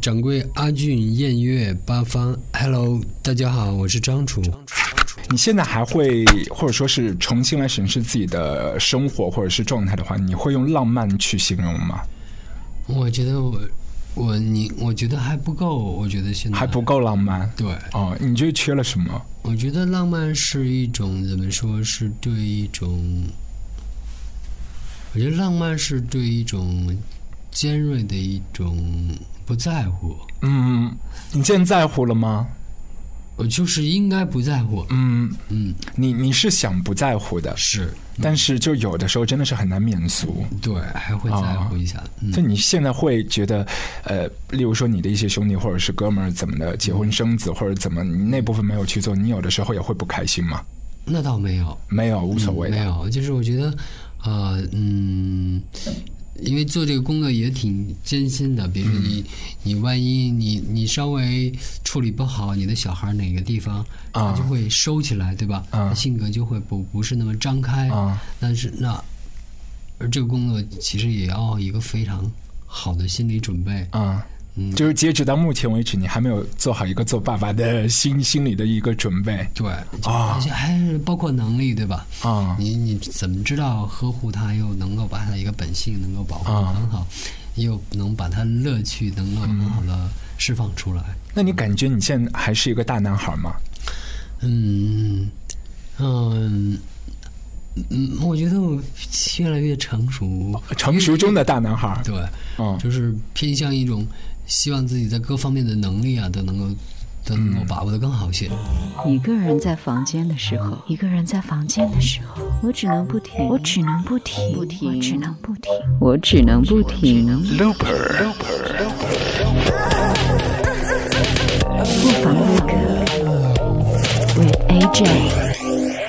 掌柜阿俊、宴月、八方，Hello，大家好，我是张楚。你现在还会，或者说是重新来审视自己的生活或者是状态的话，你会用浪漫去形容吗？我觉得我我你我觉得还不够，我觉得现在还不够浪漫对，哦，你觉得缺了什么？我觉得浪漫是一种怎么说是对一种，我觉得浪漫是对一种尖锐的一种不在乎，嗯，你现在在乎了吗？我就是应该不在乎，嗯，嗯，你你是想不在乎的，是但是就有的时候真的是很难免俗。对，还会在啊乎一下，嗯就你现在会觉得，呃，例如说你的一些兄弟或者是哥们儿怎么的结婚生子或者怎么，你那部分没有去做，你有的时候也会不开心吗？那倒没有，没有，无所谓嗯的。没有，就是我觉得，呃，嗯，因为做这个工作也挺艰辛的。比如嗯你，你万一你你稍微处理不好你的小孩哪个地方，啊他就会收起来，对吧？啊他性格就会不不是那么张开。啊但是那，而这个工作其实也要一个非常好的心理准备。啊、嗯就是截止到目前为止，你还没有做好一个做爸爸的心心里的一个准备对，就啊而且还是包括能力，对吧？啊你你怎么知道呵护它，又能够把它的一个本性能够保护啊得很好，又能把它乐趣能够很好的释放出来？那你感觉你现在还是一个大男孩吗？嗯嗯嗯，我觉得我越来越成熟，成熟中的大男孩儿，对，嗯就是偏向一种希望自己在各方面的能力啊都能够都能够把握的更好些。一个人在房间的时候，一个人在房间的时候，我只能不停，我只能不停，不停，我只能不停，我只能不停。Looper，不妨录歌，with AJ。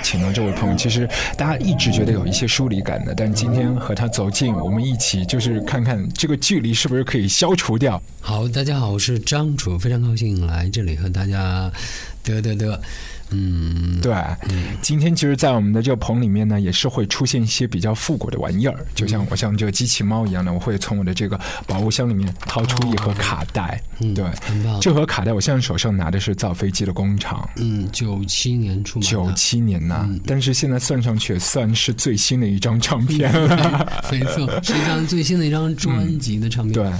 请到这位朋友，其实大家一直觉得有一些疏离感的，但今天和他走近，我们一起就是看看这个距离是不是可以消除掉。好，大家好，我是张楚，非常高兴来这里和大家得得得，嗯，对，今天其实，在我们的这个棚里面呢，也是会出现一些比较复古的玩意儿，就嗯像我像这个机器猫一样的，我会从我的这个宝物箱里面掏出一盒卡带。哦嗯对，很棒。这盒卡带我现在手上拿的是造飞机的工厂。嗯，九七年出版九的，七年呐、但是现在算上去也算是最新的一张唱片嗯了。没错，是一张最新的一张专辑的唱片。 对，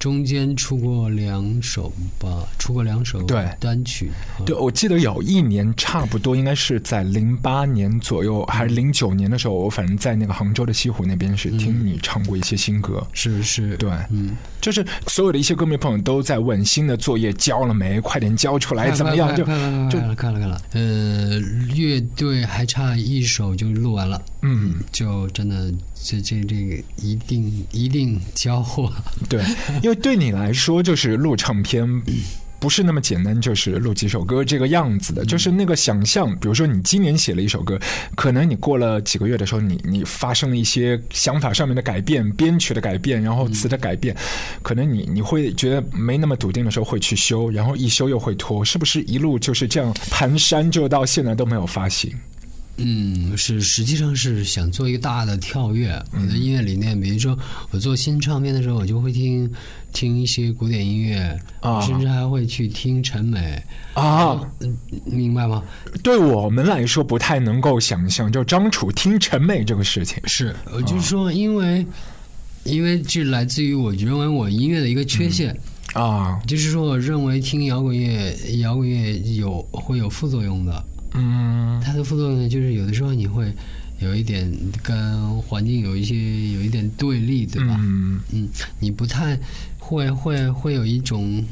中间出过两首吧，出过两首对单曲。啊对，我记得有一年差不多应该是在零八年左右，还是零九年的时候，我反正在那个杭州的西湖那边是听你唱过一些新歌。是是，对，嗯，就是所有的一些歌迷朋友都在问新的作业交了没，快点交出来，快怎么样？快就快快就快快了，看了看了。呃，乐队还差一首就录完了，嗯，就真的这这这个一定一定交货。对，因为对你来说，就是录唱片。不是那么简单，就是录几首歌这个样子的，就是那个想象。比如说，你今年写了一首歌，可能你过了几个月的时候，你你发生了一些想法上面的改变、编曲的改变，然后词的改变，可能你你会觉得没那么笃定的时候会去修，然后一修又会拖，是不是一路就是这样蹒跚，就到现在都没有发行？嗯，是，实际上是想做一个大的跳跃。我的音乐理念，比如说我做新唱片的时候，我就会听听一些古典音乐，啊甚至还会去听陈美，嗯啊，明白吗？对我们来说不太能够想象，就张楚听陈美这个事情。是，我就是说，因为、因为这来自于我认为我音乐的一个缺陷，啊，就是说我认为听摇滚乐，摇滚乐有会有副作用的，嗯它的副作用呢，就是有的时候你会有一点跟环境有一些有一点对立，对吧？嗯，嗯，你不太会会会有一种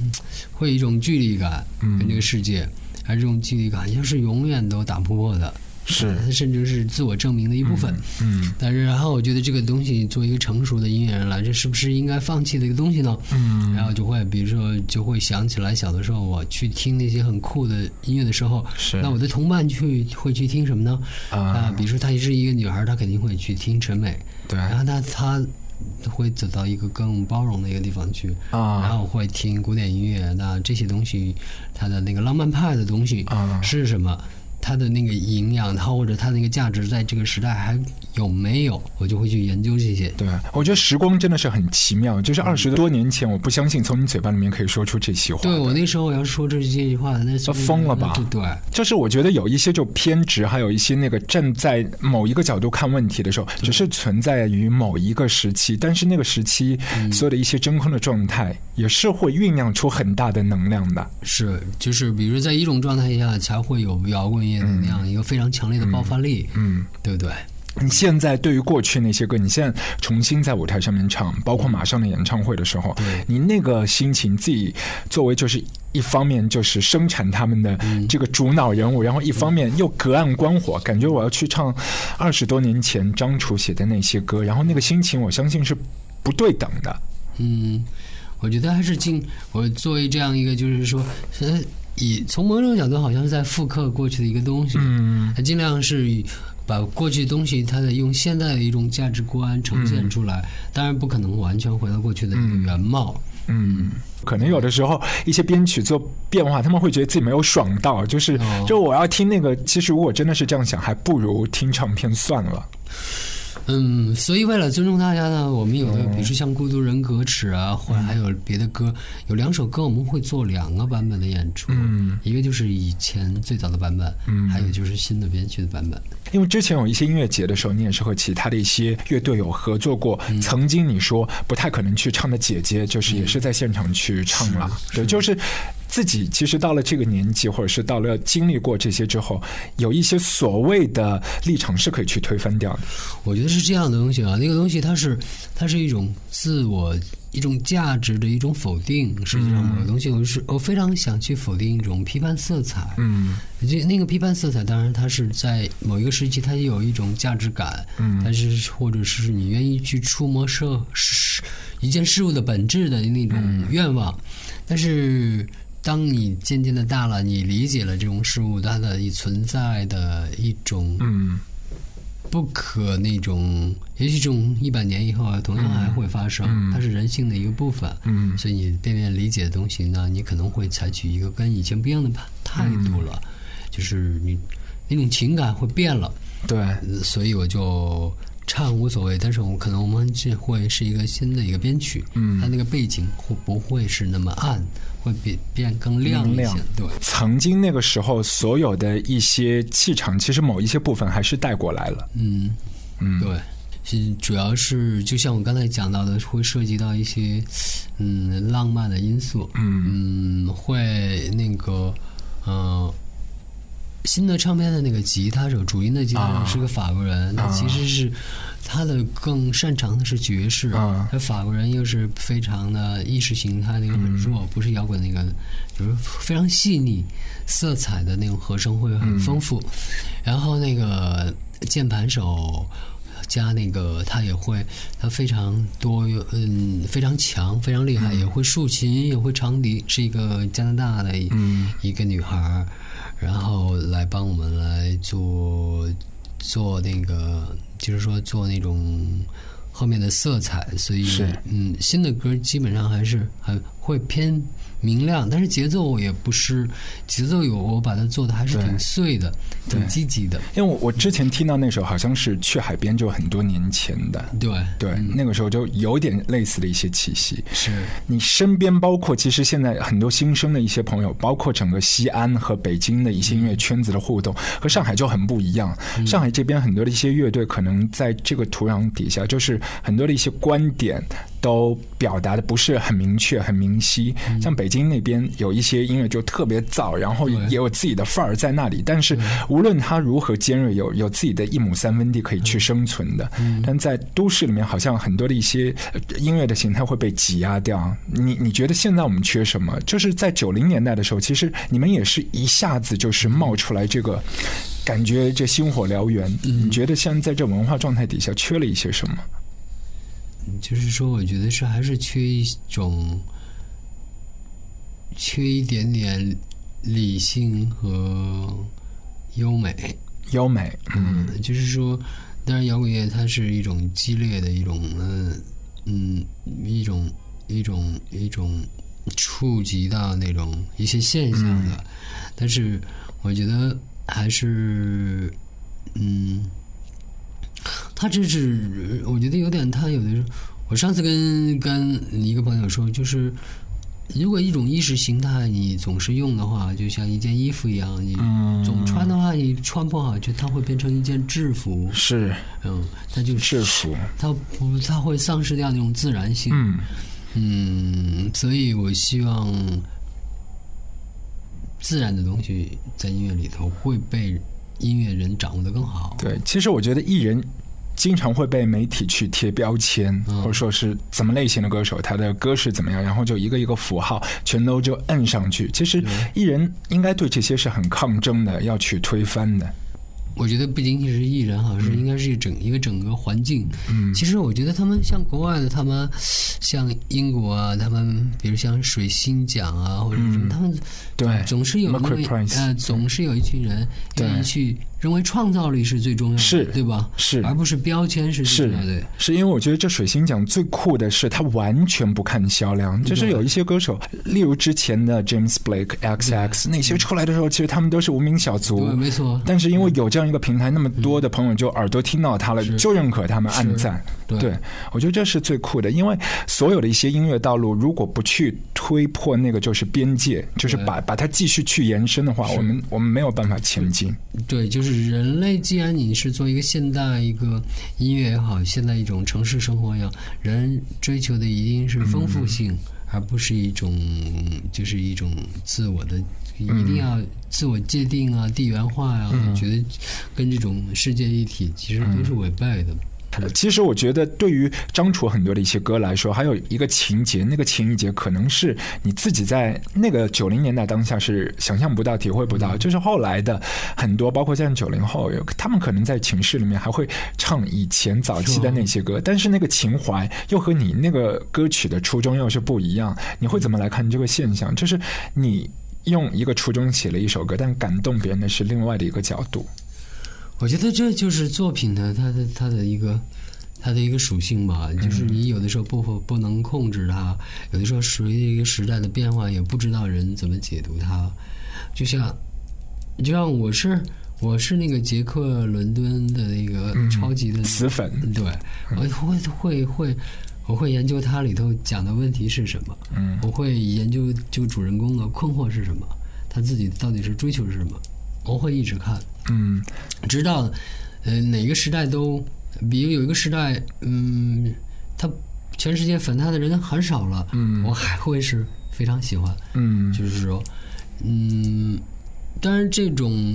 会有一种距离感嗯跟这个世界，而这种距离感就是永远都打不破的，是，它甚至是自我证明的一部分。嗯但是，然后我觉得这个东西作为一个成熟的音乐人来，这是不是应该放弃的一个东西呢？嗯，然后就会，比如说，就会想起来小的时候，我去听那些很酷的音乐的时候，是那我的同伴去会去听什么呢？啊，比如说她是一个女孩，她肯定会去听陈美，对然后她她会走到一个更包容的一个地方去，然啊后会听古典音乐。那这些东西，它的那个浪漫派的东西啊是什么？它的那个营养，它或者它那个价值，在这个时代还有没有？我就会去研究这些。对，我觉得时光真的是很奇妙，就是二十多年前，我不相信从你嘴巴里面可以说出这些话。对我那时候要说这这句话，那都疯了吧对对，就是我觉得有一些就偏执，还有一些那个站在某一个角度看问题的时候，只是存在于某一个时期，但是那个时期所有的一些真空的状态，也是会酝酿出很大的能量的。是就是，比如在一种状态下，才会有摇滚乐的那样一个非常强烈的爆发力，嗯，对不对？你现在对于过去那些歌，你现在重新在舞台上面唱，包括马上的演唱会的时候，你那个心情，自己作为就是一方面就是生产他们的这个主脑人物，然后一方面又隔岸观火，感觉我要去唱二十多年前张楚写的那些歌，然后那个心情，我相信是不对等的。嗯，我觉得还是经我作为这样一个，就是说，呃，以从某种角度好像是在复刻过去的一个东西，嗯，它尽量是以把过去的东西，它的用现在的一种价值观呈现出来，当然不可能完全回到过去的一个原貌。嗯，可能有的时候一些编曲做变化，他们会觉得自己没有爽到，就是哦就我要听那个，其实如果真的是这样想，还不如听唱片算了。嗯，所以为了尊重大家呢，我们有的，比如说像《孤独人格尺》啊，或嗯者还有别的歌，有两首歌我们会做两个版本的演出，嗯一个就是以前最早的版本，嗯还有就是新的编曲的版本。因为之前有一些音乐节的时候，你也是和其他的一些乐队有合作过。曾经你说不太可能去唱的《姐姐》，就是也是在现场去唱了。对，就是自己其实到了这个年纪，或者是到了经历过这些之后，有一些所谓的立场是可以去推翻掉的。我觉得是这样的东西啊，那个东西它是它是一种自我一种价值的一种否定。实际上，嗯某个东西我是我非常想去否定一种批判色彩。嗯这那个批判色彩，当然它是在某一个时期，它有一种价值感，嗯但是或者是你愿意去触摸社事一件事物的本质的那种嗯愿望，但是。当你渐渐的大了，你理解了这种事物它的存在的一种嗯不可那种，也许这种一百年以后啊，同样还会发生，它是人性的一个部分。嗯所以你变变理解的东西呢，你可能会采取一个跟以前不一样的判态度了，嗯就是你那种情感会变了。对。呃所以我就唱无所谓，但是我可能我们这会是一个新的一个编曲，嗯它那个背景会不会是那么暗，会变变更亮一明些亮？对，曾经那个时候，所有的一些气场，其实某一些部分还是带过来了。嗯，嗯对，是主要是就像我刚才讲到的，会涉及到一些嗯浪漫的因素，嗯，会那个呃。新的唱片的那个吉他手，主音的吉他啊手是个法国人，那其实是他的更擅长的是爵士，啊而法国人又是非常的意识形态那个很弱，嗯不是摇滚那个，就是非常细腻，色彩的那种和声会嗯很丰富。然后那个键盘手加那个他也会，他非常多，嗯，非常强，非常厉害，也会竖琴，也会长笛，是一个加拿大的一一个女孩儿，然后来帮我们来做做那个，就是说做那种。后面的色彩，所以是嗯，新的歌基本上还是很会偏明亮，但是节奏也不是节奏有我把它做的还是对挺碎的，挺积极的，因为我我之前听到那首好像是去海边，就很多年前的。对，对，那个时候就有点类似的一些气息。是你身边包括其实现在很多新生的一些朋友，包括整个西安和北京的一些音乐圈子的互动，和上海就很不一样。上海这边很多的一些乐队，可能在这个土壤底下，就是很多的一些观点都表达的不是很明确、很明晰。像北京那边有一些音乐就特别燥，然后也有自己的范儿在那里，但是无论它如何尖锐，有有自己的一亩三分地可以去生存的。但在都市里面，好像很多的一些呃音乐的形态会被挤压掉。你你觉得现在我们缺什么？就是在九零年代的时候，其实你们也是一下子就是冒出来这个。感觉这星火燎原，你觉得现在这文化状态底下缺了一些什么？就是说，我觉得是还是缺一种，缺一点点理性和优美，优美，嗯嗯，就是说，当然摇滚乐它是一种激烈的一种，嗯嗯，一种一种一种触及到那种一些现象的，但是我觉得还是嗯，他这是我觉得有点，他有的时候，我上次跟跟一个朋友说，就是如果一种意识形态你总是用的话，就像一件衣服一样，你嗯总穿的话，你穿不好，就它会变成一件制服，是嗯，它就制服，它不，它会丧失掉那种自然性，嗯嗯，所以我希望自然的东西在音乐里头会被音乐人掌握的更好。对，其实我觉得艺人经常会被媒体去贴标签，嗯或者说是怎么类型的歌手，他的歌是怎么样，然后就一个一个符号全都就摁上去。其实艺人应该对这些是很抗争的，要去推翻的。我觉得不仅仅是艺人哈，是应该是一整、一个整个环境。嗯其实我觉得他们像国外的，他们像英国啊，他们比如像水星奖啊或者什么，嗯他们对，总是有那么 Mercury Prize 呃，总是有一群人对愿意去认为创造力是最重要的，是对吧？是而不是标签是最是重要的。是因为我觉得这水星奖最酷的是它完全不看销量，就是有一些歌手，例如之前的 James Blake、XX 那些出来的时候，其实他们都是无名小卒对，，没错。但是因为有这样一个平台，那么多的朋友就耳朵听到他了，就认可他们，是暗赞。对对，我觉得这是最酷的，因为所有的一些音乐道路，如果不去推破那个就是边界，就是把把它继续去延伸的话，我们我们没有办法前进。对，就是人类，既然你是做一个现代一个音乐也好，现代一种城市生活也好，人追求的一定是丰富性，嗯而不是一种就是一种自我的，一定要嗯自我界定啊、地缘化呀、我觉得跟这种世界一体其实都是嗯违背的。其实我觉得，对于张楚很多的一些歌来说，还有一个情节，那个情节可能是你自己在那个九零年代当下是想象不到、体会不到，就是后来的很多，包括像九零后，有他们可能在情绪里面还会唱以前早期的那些歌，但是那个情怀又和你那个歌曲的初衷又是不一样。你会怎么来看这个现象？就是你。用一个初衷写了一首歌，但感动别人的是另外的一个角度。我觉得这就是作品的它的它的一个它的一个属性吧，就是你有的时候不不能控制它，有的时候随着一个时代的变化，也不知道人怎么解读它。就像就像我是我是那个捷克伦敦的那个超级的、死粉，对，我会会会，我会研究它里头讲的问题是什么，嗯我会研究这个主人公的困惑是什么，他自己到底是追求是什么，我会一直看。嗯，直到呃哪个时代都，比如有一个时代，嗯，他全世界反他的人很少了，嗯我还会是非常喜欢，嗯，就是说，嗯，当然这种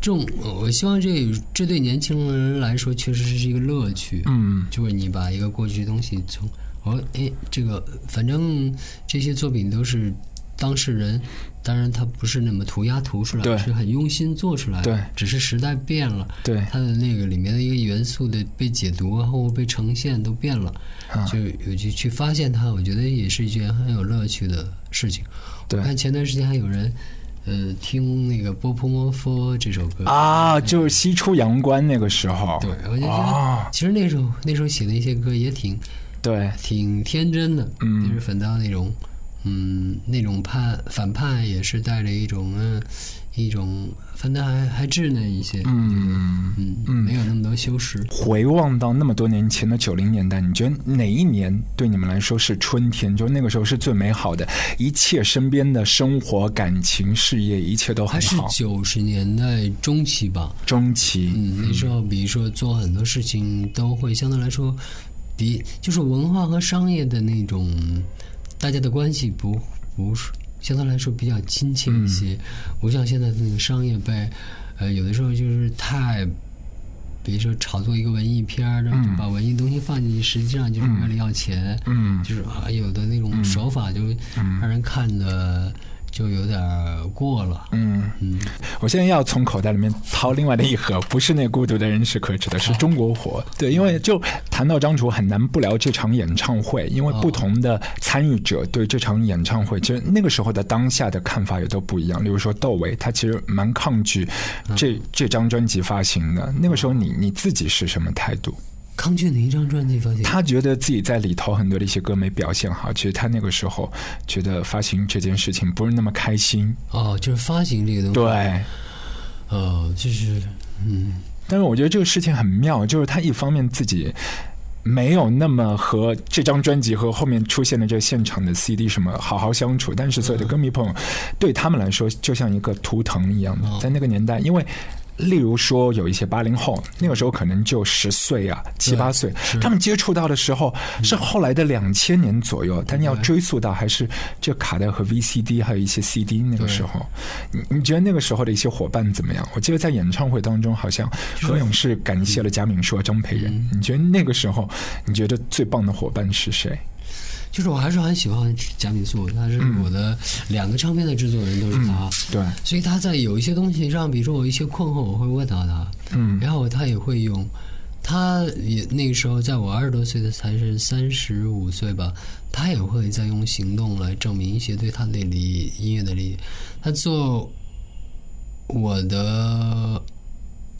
这种，我希望这这对年轻人来说确实是一个乐趣，嗯，就是你把一个过去的东西从，哦，哎，这个反正这些作品都是当事人，当然他不是那么涂鸦涂出来对的，是很用心做出来的，对只是时代变了，对，它的那个里面的一个元素的被解读啊，或被呈现都变了，啊就有去去发现它，我觉得也是一件很有乐趣的事情。对我看前段时间还有人，呃，听那个《波普摩佛》这首歌，啊，就是西出阳关那个时候。对，我就觉得、啊，其实那时候那时候写的一些歌也挺对，挺天真的，嗯就是反倒那种，嗯，那种叛反叛也是带着一种嗯一种，反倒还还稚嫩一些，嗯，嗯没有那么多修饰。回望到那么多年前的九零年代，你觉得哪一年对你们来说是春天？就那个时候是最美好的，一切身边的生活、感情、事业，一切都还很是好。九十年代中期吧，中期，嗯，那时候比如说做很多事情都会相对来说比就是文化和商业的那种大家的关系不不是相对来说比较亲切一些，嗯不像现在那个商业被呃有的时候就是太。比如说炒作一个文艺片儿，然后就把文艺东西放进去，实际上就是为了要钱。嗯就是啊，有的那种手法就让人看的就有点儿过了。嗯，我现在要从口袋里面掏另外的一盒，不是那《孤独的人是可耻的》，是中国火。对，因为就谈到张楚，很难不聊这场演唱会，因为不同的参与者对这场演唱会，其实那个时候的当下的看法也都不一样。例如说窦唯，他其实蛮抗拒这这张专辑发行的。那个时候你你自己是什么态度？康俊的一张专辑发行，他觉得自己在里头很多的一些歌没表现好，其实他那个时候觉得发行这件事情不是那么开心。哦，就是发行这个东西。对，呃，就是嗯，但是我觉得这个事情很妙，就是他一方面自己没有那么和这张专辑和后面出现的这现场的 CD 什么好好相处，但是所有的歌迷朋友对他们来说就像一个图腾一样的，在那个年代，因为。例如说，有一些八零后，那个时候可能就十岁啊、七八岁，他们接触到的时候是后来的两千年左右，但要追溯到还是这卡带和 VCD，还有一些 CD 那个时候。你你觉得那个时候的一些伙伴怎么样？我记得在演唱会当中，好像何勇是感谢了贾敏硕、张培仁。你觉得那个时候，你觉得最棒的伙伴是谁？嗯就是我还是很喜欢贾敏素，他是嗯我的两个唱片的制作人都是他，对，所以他在有一些东西上，比如说我一些困惑，我会问到他，嗯然后他也会用，他也那个时候在我二十多岁的才是三十五岁吧，他也会在用行动来证明一些对他的理音乐的理解。他做我的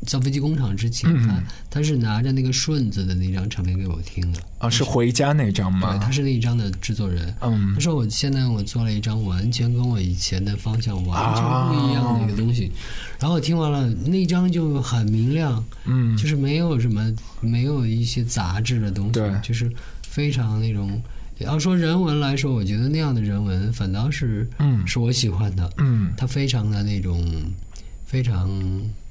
造飞机工厂之前，他他是拿着那个顺子的那张唱片给我听的，啊，是回家那张对，吗他？是那一张的制作人。啊嗯他说：“我现在我做了一张完全跟我以前的方向完全不一样的一个东西，然后我听完了那一张就很明亮，嗯就是没有什么没有一些杂质的东西对，就是非常那种。要说人文来说，我觉得那样的人文反倒是嗯是我喜欢的，嗯它非常的那种非常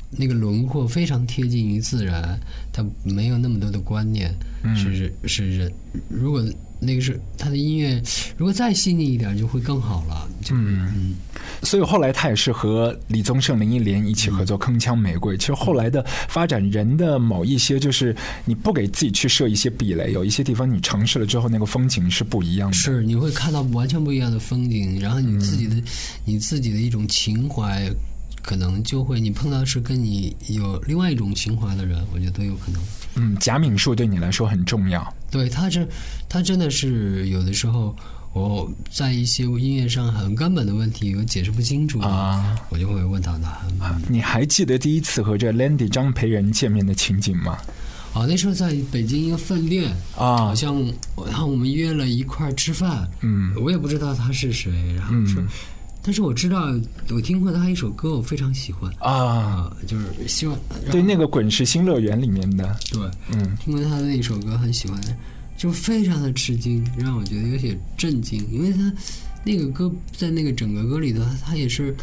那个轮廓非常贴近于自然，它没有那么多的观念，嗯是是人。如果那个是他的音乐，如果再细腻一点，就会更好了。就嗯，所以后来他也是和李宗盛、林忆莲一起合作《铿锵玫瑰》。其实后来的发展，人的某一些就是你不给自己去设一些壁垒，有一些地方你尝试了之后，那个风景是不一样的。是你会看到完全不一样的风景，然后你自己的、嗯你自己的一种情怀，可能就会你碰到是跟你有另外一种情怀的人，我觉得都有可能。嗯，贾敏树对你来说很重要。对，他这他真的是有的时候，我在一些音乐上很根本的问题，我解释不清楚啊，我就会问到他。啊、你还记得第一次和这 Landy 张培仁见面的情景吗？哦，那时候在北京一个饭店，啊好，像我然后我们约了一块儿吃饭，嗯我也不知道他是谁，然后说，但是我知道我听过他一首歌，我非常喜欢啊，啊，就是希望然后对，那个《滚石新乐园》里面的，对，嗯听过他的那首歌很喜欢，就非常的吃惊，让我觉得有些震惊，因为他那个歌在那个整个歌里头，他也是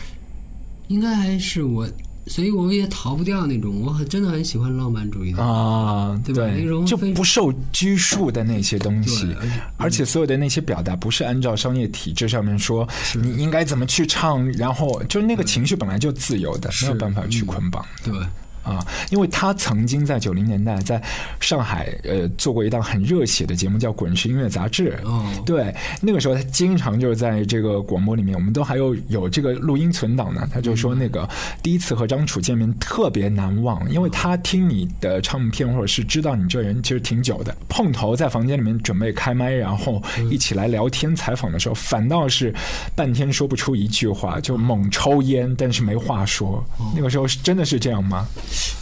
应该还是我，所以我也逃不掉那种，我很真的很喜欢浪漫主义的。啊，对吧那种就非不受拘束的那些东西对而且，而且所有的那些表达不是按照商业体制上面说你应该怎么去唱，然后就是那个情绪本来就自由的，没有办法去捆绑。对，嗯啊，因为他曾经在九零年代在上海呃做过一档很热血的节目，叫《滚石音乐杂志》。哦对，那个时候他经常就是在这个广播里面，我们都还有有这个录音存档呢。他就说那个第一次和张楚见面特别难忘，因为他听你的唱片或者是知道你这人其实挺久的，碰头在房间里面准备开麦，然后一起来聊天采访的时候，反倒是半天说不出一句话，就猛抽烟，但是没话说。那个时候是真的是这样吗？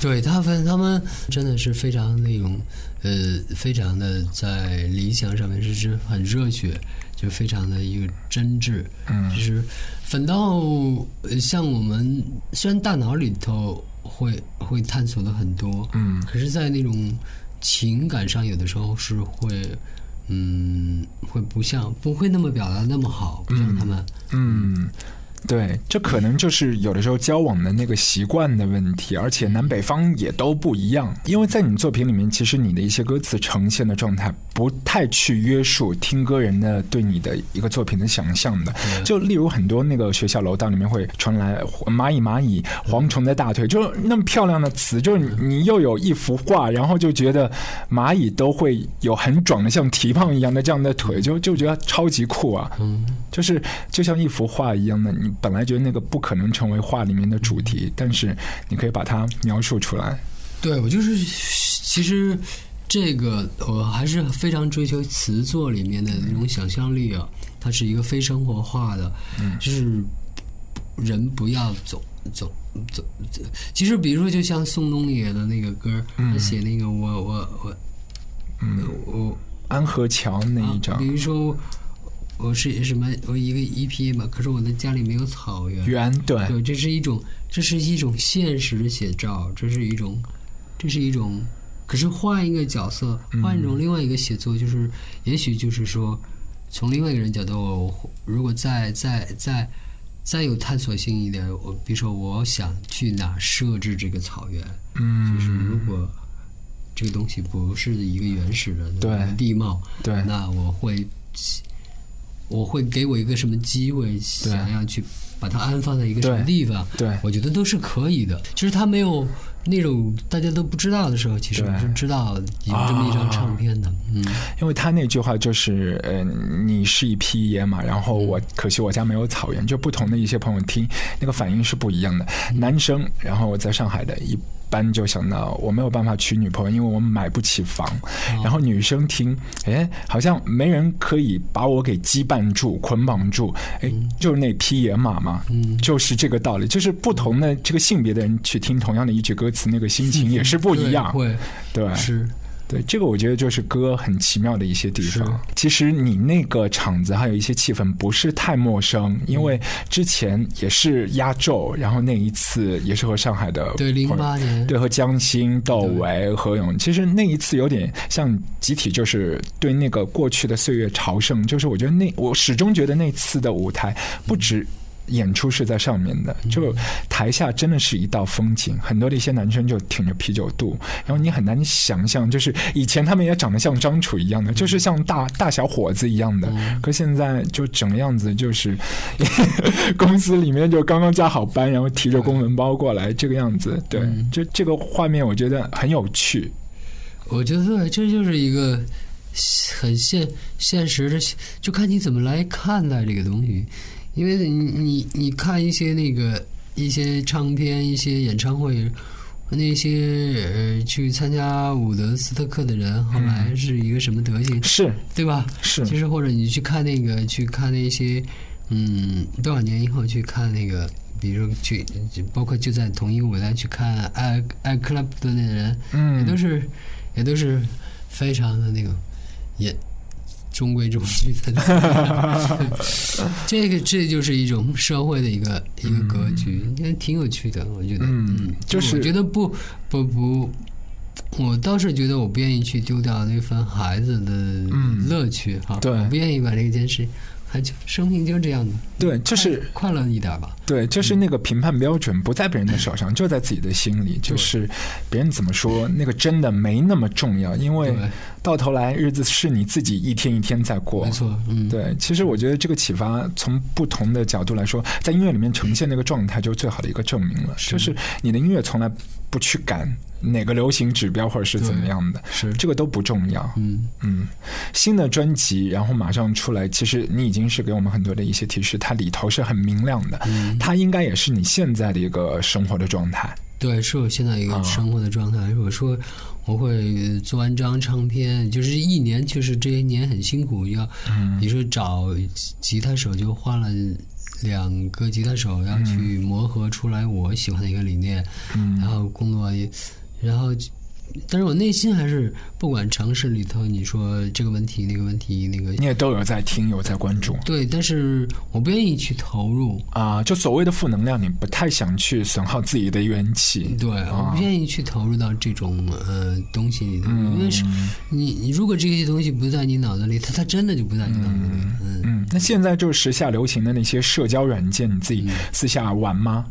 对他们，他们真的是非常那种，呃，非常的在理想上面是是很热血，就非常的一个真挚。嗯，就是反倒呃像我们虽然大脑里头会会探索的很多，嗯，可是，在那种情感上，有的时候是会，嗯，会不像不会那么表达那么好，不像他们。嗯，对，这可能就是有的时候交往的那个习惯的问题，而且南北方也都不一样。因为在你作品里面，其实你的一些歌词呈现的状态不太去约束听歌人的对你的一个作品的想象的。就例如很多那个学校楼道里面会传来蚂蚁蚂蚁、蝗虫的大腿，就是那么漂亮的词，就是你你又有一幅画，然后就觉得蚂蚁都会有很壮的像蹄膀一样的这样的腿，就就觉得超级酷啊。嗯，就是就像一幅画一样的，你本来觉得那个不可能成为画里面的主题，但是你可以把它描述出来。对我就是，其实这个我还是非常追求词作里面的那种想象力啊，它是一个非生活化的，嗯就是人不要总总总。走其实比如说，就像宋冬野的那个歌儿，他写那个我我我，嗯我。安河桥那一啊张比，如说，我是什么？我一个 EPA 吧，可是我的家里没有草原。圆对，对，这是一种，这是一种现实的写照，这是一种，这是一种。可是换一个角色，换嗯一种另外一个写作，就是、也许就是说，从另外一个人角度，我如果再再再再有探索性一点，我比如说我想去哪设置这个草原，嗯，就是如果这个东西不是一个原始的对地貌，对那我会我会给我一个什么机会，想要去把它安放在一个什么对地方，对我觉得都是可以的。其实它没有那种大家都不知道的时候，其实对啊我是知道有这么一张唱片的，嗯，因为他那句话就是，呃，你是一匹野马，然后嗯我可惜我家没有草原，就不同的一些朋友听那个反应是不一样的。嗯男生，然后在上海的一般就想到我没有办法娶女朋友，因为我买不起房。哦然后女生听，哎，好像没人可以把我给羁绊住、捆绑住，哎，嗯就是那匹野马嘛，就是这个道理，就是不同的这个性别的人去听同样的一句歌词，那个心情也是不一样，哎对对。会是对，这个我觉得就是歌很奇妙的一些地是方。其实你那个场子还有一些气氛不是太陌生，嗯因为之前也是压轴，然后那一次也是和上海的对朋友零八年，对和江欣、窦唯、何勇，其实那一次有点像集体，就是对那个过去的岁月朝圣。就是我觉得那我始终觉得那次的舞台不止。演出是在上面的，就台下真的是一道风景。很多的一些男生就挺着啤酒肚，然后你很难想象，就是以前他们也长得像张楚一样的，就是像大大小伙子一样的，可现在就整个样子就是，公司里面就刚刚加好班，然后提着公文包过来，这个样子。对，这这个画面我觉得很有趣。我觉得这就是一个很现现实的，就看你怎么来看待这个东西。因为你你你看一些那个一些唱片、一些演唱会，那些呃去参加伍德斯特克的人，后来是一个什么德行，是对吧？嗯是，其实或者你去看那个，去看那些，嗯，多少年以后去看那个，比如说去，就包括就在同一个舞台去看艾艾克拉普顿的人，也都嗯，是也都是非常的那个也中规中矩的。 这个这就是一种社会的一个一个格局，应该挺有趣的，我觉得。嗯就是我觉得不不不。我倒是觉得我不愿意去丢掉那份孩子的乐趣哈，嗯对我不愿意把这件事，还就生命就这样的，对，就是快乐一点吧。对，就是那个评判标准不在别人的手上，就在自己的心里。就是别人怎么说，那个真的没那么重要，因为对到头来日子是你自己一天一天在过没。错，嗯，对，其实我觉得这个启发从不同的角度来说，在音乐里面呈现那个状态，就是最好的一个证明了。就是你的音乐从来不去赶哪个流行指标或者是怎么样的，是这个都不重要。嗯嗯，新的专辑然后马上出来，其实你已经是给我们很多的一些提示，它里头是很明亮的，它应该也是你现在的一个生活的状态。对，是我现在一个生活的状态。我说我会做完这张唱片，就是一年，就是这一年很辛苦，要、你说找吉吉他手就换了。两个吉他手要去磨合出来我喜欢的一个理念，嗯然后工作也，然后，但是我内心还是不管城市里头你说这个问题那个问题那个，你也都有在听，有在关注对，但是我不愿意去投入，啊、就所谓的负能量，你不太想去损耗自己的元气。对，啊我不愿意去投入到这种呃东西里头，嗯因为是你你如果这些东西不在你脑子里，它它真的就不在你脑子里。嗯，嗯，那现在就是时下流行的那些社交软件，你自己私下玩吗？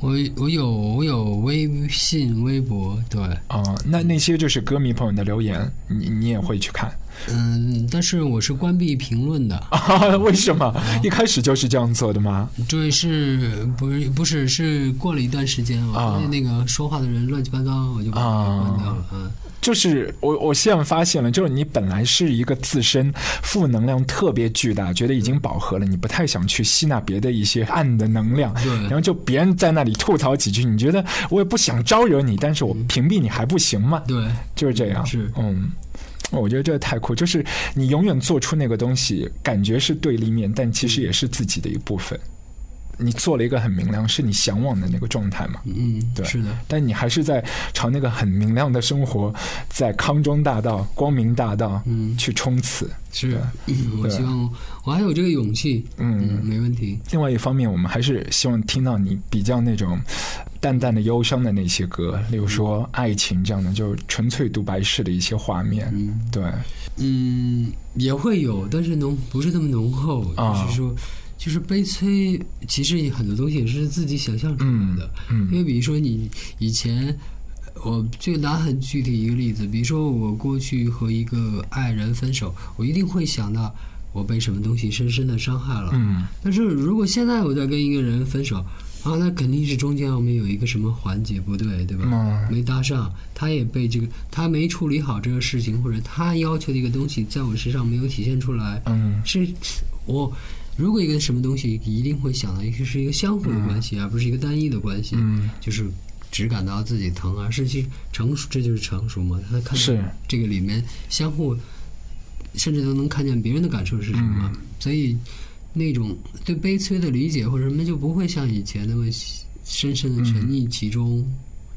我我有我有微信、微博，对，啊、那那些就是歌迷朋友的留言，你你也会去看？ 嗯，但是我是关闭评论的，啊，为什么一开始就是这样做的吗？对，是不是不是是过了一段时间，我啊发现那个说话的人乱七八糟，我就把它关掉了。嗯，就是我我现在发现了，就是你本来是一个自身负能量特别巨大，觉得已经饱和了，你不太想去吸纳别的一些暗的能量，对然后就别人在那里吐槽几句，你觉得我也不想招惹你，但是我屏蔽你还不行吗？对，就是这样，是嗯。我觉得这太酷，就是嗯你永远做出那个东西，感觉是对立面，但其实也是自己的一部分。你做了一个很明亮，是你向往的那个状态嘛？嗯，对是的，但你还是在朝那个很明亮的生活，在康庄大道、光明大道嗯去冲刺。是对。嗯我对希望我我还有这个勇气，嗯，没问题。另外一方面，我们还是希望听到你比较那种淡淡的忧伤的那些歌，例如说嗯爱情这样的，就纯粹独白式的一些画面。对，嗯，也会有，但是浓不是那么浓厚，啊就是说，就是悲催，其实也很多东西也是自己想象出来的。嗯因为比如说你以前，我就拿很具体一个例子，比如说我过去和一个爱人分手，我一定会想到我被什么东西深深的伤害了。嗯但是如果现在我在跟一个人分手，啊，那肯定是中间我们有一个什么环节不对，对吧？嗯没搭上，他也被这个他没处理好这个事情，或者他要求的一个东西在我身上没有体现出来，嗯是我如果一个什么东西一定会想到一个是一个相互的关系，而不是一个单一的关系，嗯就是只感到自己疼，而是去成熟，这就是成熟嘛。他看是到这个里面相互，甚至都能看见别人的感受是什么，嗯所以那种对悲催的理解或者什么就不会像以前那么深深的沉溺其中。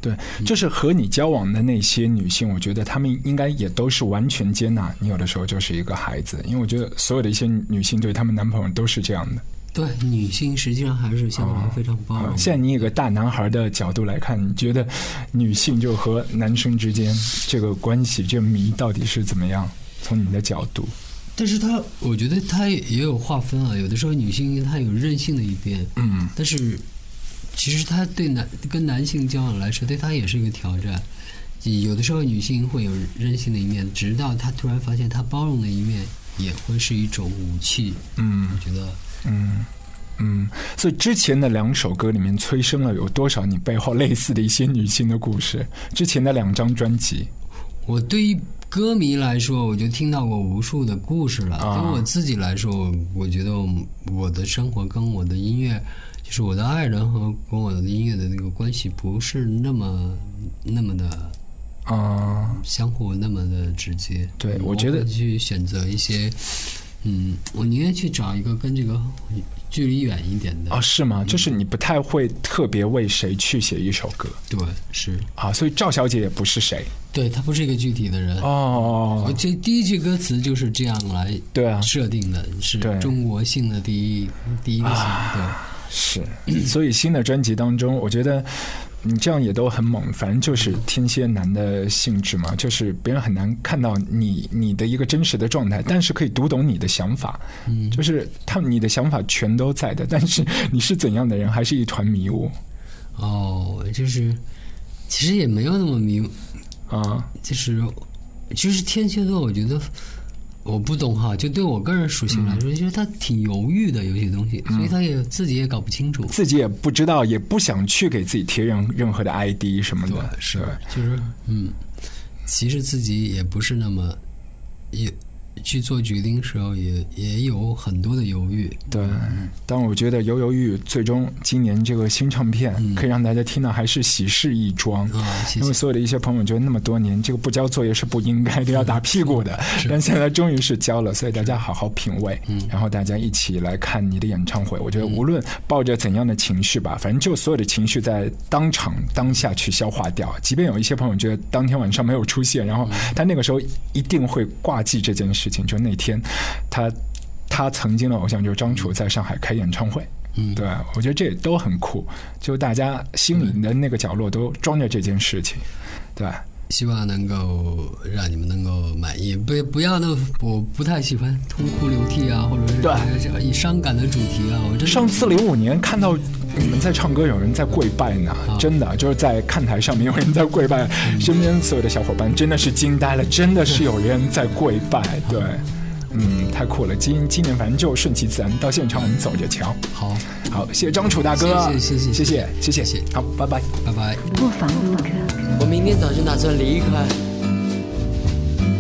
对，就是和你交往的那些女性，我觉得她们应该也都是完全接纳你。有的时候就是一个孩子，因为我觉得所有的一些女性对她们男朋友都是这样的。啊对，女性实际上还是相对来说非常包容的。现在你以个大男孩的角度来看，你觉得女性就和男生之间这个关系这个谜到底是怎么样？从你的角度，但是她，我觉得她也有划分啊。有的时候女性她有任性的一边，嗯但是其实她对男跟男性交往来说，对她也是一个挑战。有的时候女性会有任性的一面，直到她突然发现她包容的一面也会是一种武器。嗯我觉得，嗯嗯。所以之前的两首歌里面催生了有多少你背后类似的一些女性的故事？之前的两张专辑，我对于歌迷来说，我就听到过无数的故事了。啊对我自己来说，我我觉得我的生活跟我的音乐，就是我的爱人和跟我的音乐的那个关系，不是那么那么的啊、相互那么的直接。嗯对我觉得会去选择一些，嗯，我宁愿去找一个跟这个距离远一点的。哦，是嗯吗？就是你不太会特别为谁去写一首歌对，是啊，所以赵小姐也不是谁对他不是一个具体的人。我哦，这第一句歌词就是这样来对啊，设定的，嗯是对中国性的第一第一个性。对，是，所以新的专辑当中，我觉得你这样也都很猛，反正就是天蝎男的性质嘛，就是别人很难看到你你的一个真实的状态，但是可以读懂你的想法，嗯就是他你的想法全都在的，但是你是怎样的人，还是一团迷雾哦，就是其实也没有那么迷，啊，就是其实天蝎座，我觉得我不懂哈，就对我个人属性来说，其实他挺犹豫的，有些东西，所以他也自己也搞不清楚。自己也不知道，也不想去给自己贴任任何的 ID 什么对的，，是对，就是嗯，其实自己也不是那么也去做决定时候也也有很多的犹豫。对，但我觉得犹犹豫豫，最终今年这个新唱片可以让大家听到还是喜事一桩。啊，谢因谢为。所有的一些朋友觉得那么多年这个不交作业是不应该的，要打屁股的，但现在终于是交了，所以大家好好品味，嗯然后大家一起来看你的演唱会。我觉得无论抱着怎样的情绪吧，反正就所有的情绪在当场当下去消化掉。即便有一些朋友觉得当天晚上没有出现，然后他那个时候一定会挂记这件事情，就那天他。他曾经的偶像就是张楚，在上海开演唱会，嗯对我觉得这都很酷，就大家心里的那个角落都装着这件事情，对吧？希望能够让你们能够满意，不不要那我不太喜欢痛哭流涕啊，或者是对还是以伤感的主题啊，我真上次零五年看到你们在唱歌，有人在跪拜呢，啊真的就是在看台上面有人在跪拜，嗯身边所有的小伙伴真的是惊呆了，真的是有人在跪拜，对，嗯，太酷了。今今年反正就顺其自然，到现场我们走着瞧。好，好，谢谢张楚大哥，谢谢谢谢谢谢谢谢谢谢好，拜拜。拜拜。不妨录歌。我明天早晨打算离开，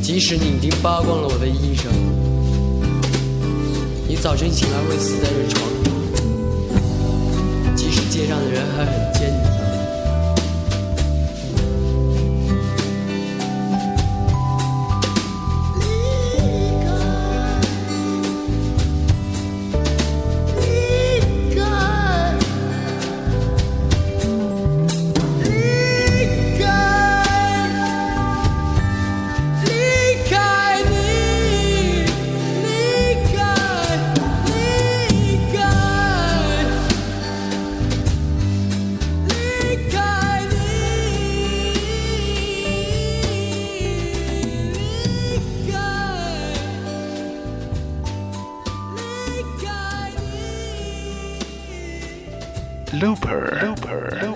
即使你已经扒光了我的衣裳，你早晨醒来会死在这床上，即使街上的人还很坚强。离开，离开，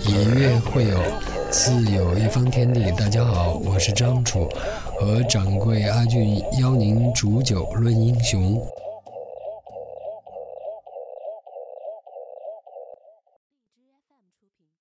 音乐会友，自有一方天地。大家好，我是张楚，和掌柜阿俊邀您煮酒论英雄。